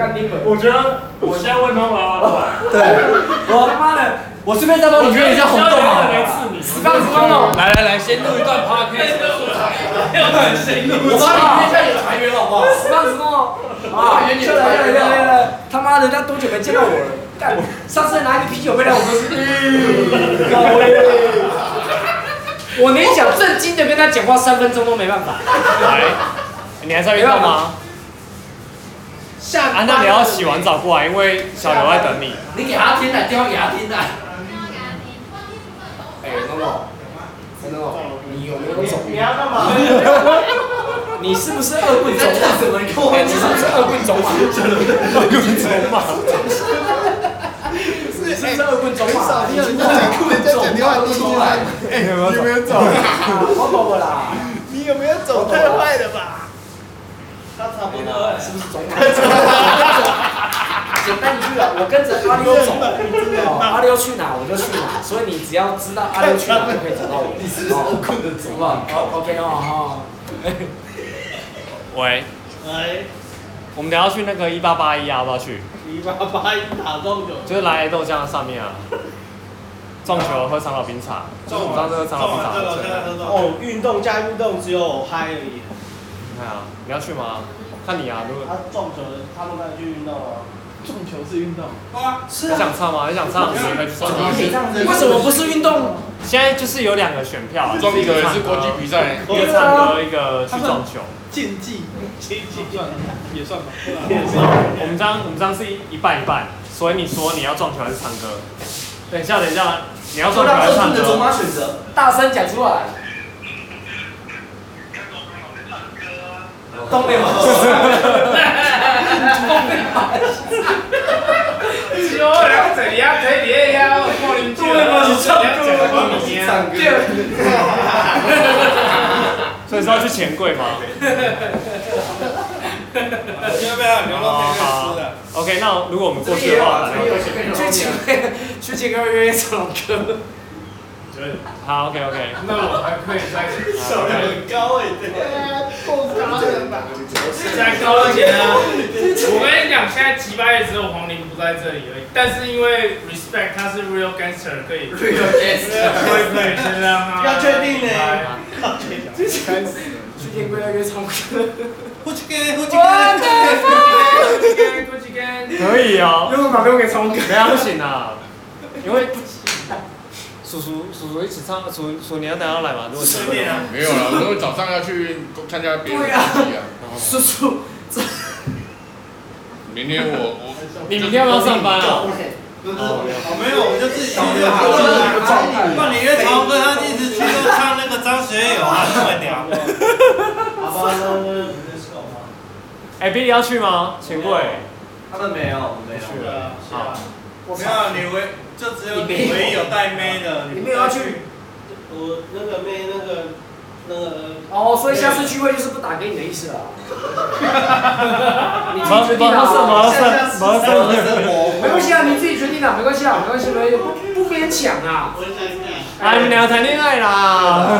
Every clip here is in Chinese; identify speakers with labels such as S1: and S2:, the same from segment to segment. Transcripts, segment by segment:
S1: 看丁文，
S2: 我觉得我现在问他们啊，
S3: 对，我他妈的，我顺便再帮你约一下红豆好
S2: 来
S3: 了。
S2: 刺你，
S3: 死杠死杠哦！
S4: 来来来，先录一段 podcast 的素材。
S3: 我帮你约一下
S1: 你的团员好不好？
S3: 死杠死杠哦！啊，越来越来越来越来，他妈的，人家多久没见到我了？干，上次拿一个啤酒杯来，我都是， 我连讲正经的跟他讲话三分钟都没办法。
S4: 来，你还在运动吗？
S1: 下
S4: 啊，那你要洗完澡过来，因为小刘在等你。
S1: 你给他听的，丢给他听的。
S3: 哎，诺诺，诺诺，你有没有种？
S2: 你要干嘛？
S3: 你是不是恶棍
S1: 你
S3: 种
S1: 在干
S3: 马？
S1: 什么？你跟我
S3: 你是不是恶棍种马？你是不是恶棍种马？你啊是不是恶
S5: 讲
S3: 棍
S5: 人家讲电话都出来，哎，你有没有走？
S3: 我宝宝啦，
S5: 你有没有走？太坏了吧！
S2: 他差不多哎，
S3: 是不是种马？简单一句啊，我跟着阿溜走，哦阿溜去哪我就去哪，所以你只要知道阿溜去哪就可以找到我。你是恶棍的种马？好，OK 哦，
S4: 喂，
S5: 哎，
S4: 我们等一下去那个一八八一啊，要不要去？
S5: 一八八一打中九，
S4: 就是来豆浆上面啊，撞球喝长岛冰茶，我们上次喝长岛冰茶。
S5: 哦，运动加运动只有嗨而已。
S4: 对啊，你要去吗？看你啊，如果
S5: 他撞球的，他们刚才去运动啊。撞球是运动，
S3: 哦，是
S4: 你
S3: 啊，
S4: 想唱吗？你想 唱，你可以去唱。
S3: 哦为什么不是运动？
S4: 现在就是有两个选票啊，
S6: 撞
S4: 一
S6: 球
S4: 个
S6: 也
S4: 唱
S6: 是国际
S4: 歌，
S6: 比赛，
S5: 啊
S4: 一个唱
S6: 啊
S4: 歌，一个去撞球。
S5: 竞技，竞技算也算吧。
S4: 我们这样，我们这样是一半一半，所以你说你要撞球还是唱歌？等一下，等一下，你要撞球还是唱歌？
S1: 马选择。
S3: 大声讲出来。东北马戏，东北马戏，
S1: 小人怎样才别呀？我你做了你唱歌，
S3: 唱歌。
S4: 所以说要去钱柜吗？
S5: 要不要流浪
S4: 好，OK，那如果我们过去的话，来
S6: 啊
S3: 去前面，去前面约唱歌。
S4: 好，OK OK，
S6: 那我还可以再
S5: 手很高哎，
S1: 在高二前啊！我跟你讲，现在击败的只有黄龄不在这里而已。但是因为 respect 他是 real gangster，可以 real gangster，对对，先让哎他
S5: 要确定呢
S3: 去前面约唱歌。
S5: 不去跟，不去跟。
S4: 可以哦。
S3: 用马不用给唱歌。
S4: 没啊，不行啊，因为不叔叔叔叔一起唱，叔叔你要等下来吗？如果十点啊，
S6: 没有了，因为早上要去参加别人的比啊。
S3: 叔叔，
S6: 明天我我
S4: 你明天要不要上班啊？
S5: 我哦没有，我就自己去就好了。放你岳朝跟他一直去都唱那个张学友啊，快点。好吧，那我
S4: 哎，Billy 要去吗？钱柜，
S1: 他们没有，没有。
S4: 去了。好，
S5: 没有啊你唯就只有你唯一有带妹的，
S3: 你没有要啊去？
S5: 我那个妹那个那个
S3: 哦，所以下次聚会就是不打给你的意思了。你自己决定
S4: 马上马
S3: 啊。
S4: 上马上马上，
S3: 没关系啊，你自己决定啊，没关系啊，没关系，没关系，不不勉强啊。
S4: 哎，你们俩谈恋爱 啦？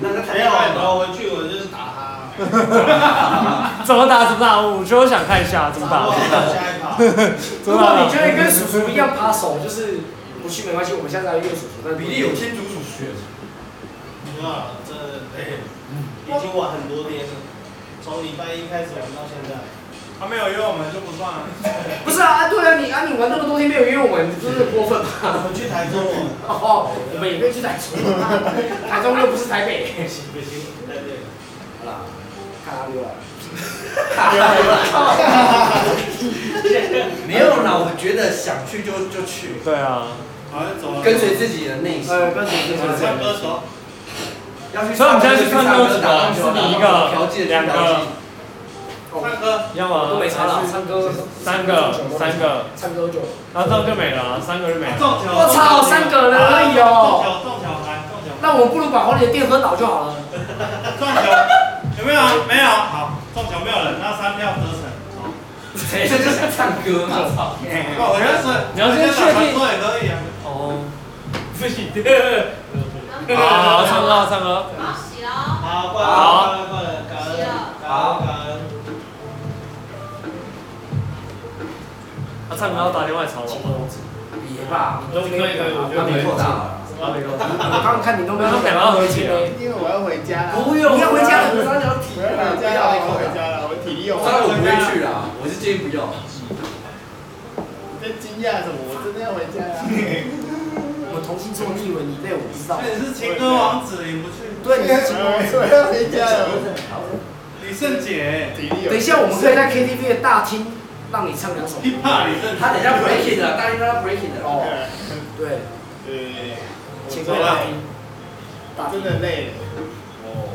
S5: 没有，啊
S3: 啊
S5: 我回去我就是打他，
S4: 怎么打怎么打？我觉得我想看一下怎么
S5: 打
S4: 打
S5: 我。打下一把。
S3: 如
S4: 怎么
S3: 果
S4: 打
S3: 你觉得跟叔叔一样扒手，就是不去没关系，我们下次来约叔叔。但
S1: 比利有天竺鼠血，
S5: 没有，真的哎，已经玩很多天了，从礼拜一开始玩到现在。他没有约我们就不算了。
S3: 不是啊，对啊，你啊你玩那么多天没有约我们，你真的过分吧？
S5: 我们去台中玩。
S3: 哦，我们也可以去台中， 台中又不是台 北。
S5: 北京，对对。
S3: 好啦，看阿溜啊，看阿溜啊，
S1: 没有啦。我觉得想去就就去，
S4: 对啊，
S5: 好，走了。
S1: 跟随自己的内心。
S3: 呃，跟谁跟谁
S5: 唱歌手。
S1: 要去
S4: 所以我
S1: 唱
S4: 们现在去
S1: 歌去
S4: 看
S1: 唱
S4: 歌
S1: 歌，
S4: 手
S1: 打篮球，
S4: 是你一
S1: 然后
S4: 个
S1: 调剂、
S4: 两个，
S5: 唱歌，
S4: 要吗？
S3: 都没差了，唱歌
S4: 三个，三，个，
S3: 唱歌就。
S4: 然后这样就没了，啊三个就没了。
S5: 撞球。
S3: 我操三个人而已哦
S5: 撞球，撞球，来，撞球。
S3: 那我们不如把黄磊的电喝倒就好了。
S5: 撞球有没有啊？没有啊，好，撞球没有人，那三票得逞。
S1: 这就是唱歌嘛。
S5: 哦，我觉得是，
S4: 你要先确定
S5: 说也可以啊。
S4: 哦，
S2: 不行，
S4: 好，啊唱歌，唱歌。
S7: 好洗了，
S5: 好，过
S4: 好
S5: 来，过来，过来，感恩，感恩，感恩。
S4: 他啊唱歌要打电话来吵我。
S3: 别吧，你都没有
S8: 可以可以我觉
S3: 那
S8: 得
S3: 没扩大，那没扩大。我刚看你都没有啊表达回去呢。
S9: 因为我要回家了，
S3: 不用，你要回家了，你三
S9: 我
S3: 条体
S9: 要回家了，我要回家了，我体力有。
S1: 当然我不会去啦，我是建议不要。
S9: 你在惊讶什么？我真的要回家了。
S3: 我同星座，你以为你累，我不知道。
S5: 你是情歌王子，你不去？
S3: 啊对，你是情况。
S9: 我要回家了，
S5: 李圣杰，
S9: 体力有。
S3: 等一下，我们可以在 KTV 的大厅让你唱两首。
S5: 你怕李圣杰？
S1: 他等一下 breaking 了，大家让他 breaking 了。哦，
S3: 对，
S9: 对，
S3: 情歌大厅。
S9: 我真的累了。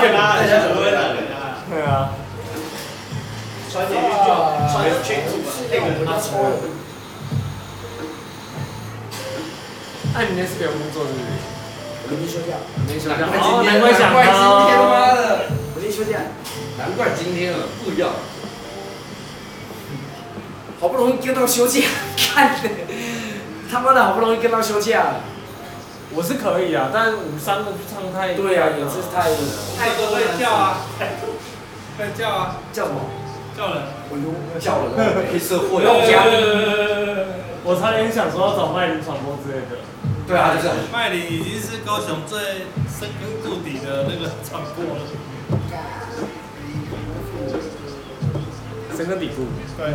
S9: 给他，小罗打给他。
S4: 对啊，
S9: 传简讯就传群主嘛，那个他说
S4: 那你那是没有工作是不是？
S3: 我明天休假，
S1: 没想
S4: 哦，难怪想
S1: 怪今天
S4: 到。
S1: 妈的，
S3: 我明天休假，
S1: 难怪今天了，不一样。
S3: 好不容易跟到休假，看的，他妈的好不容易跟到休假。
S4: 我是可以啊，但五三个唱太
S3: 对啊，也是太
S5: 泰哥会叫啊，会叫啊，
S3: 叫什么？
S5: 叫人。
S3: 我都
S1: 叫了，黑社会。
S4: 我差点想说要找麦林传播之类的。
S1: 对啊，就这样。
S5: 麦林已经是高雄最深根固底的那个传播了。
S4: 深根底部，
S5: 嗯，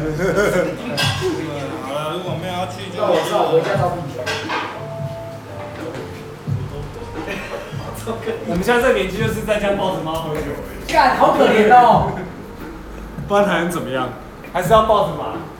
S5: 好了，如果没有要去就
S3: 那我知道，我回家找你。
S4: 我们现在这个年纪就是在家抱着猫喝酒而已，
S3: 干，好可怜哦。
S4: 不然还能怎么样？还是要抱着马。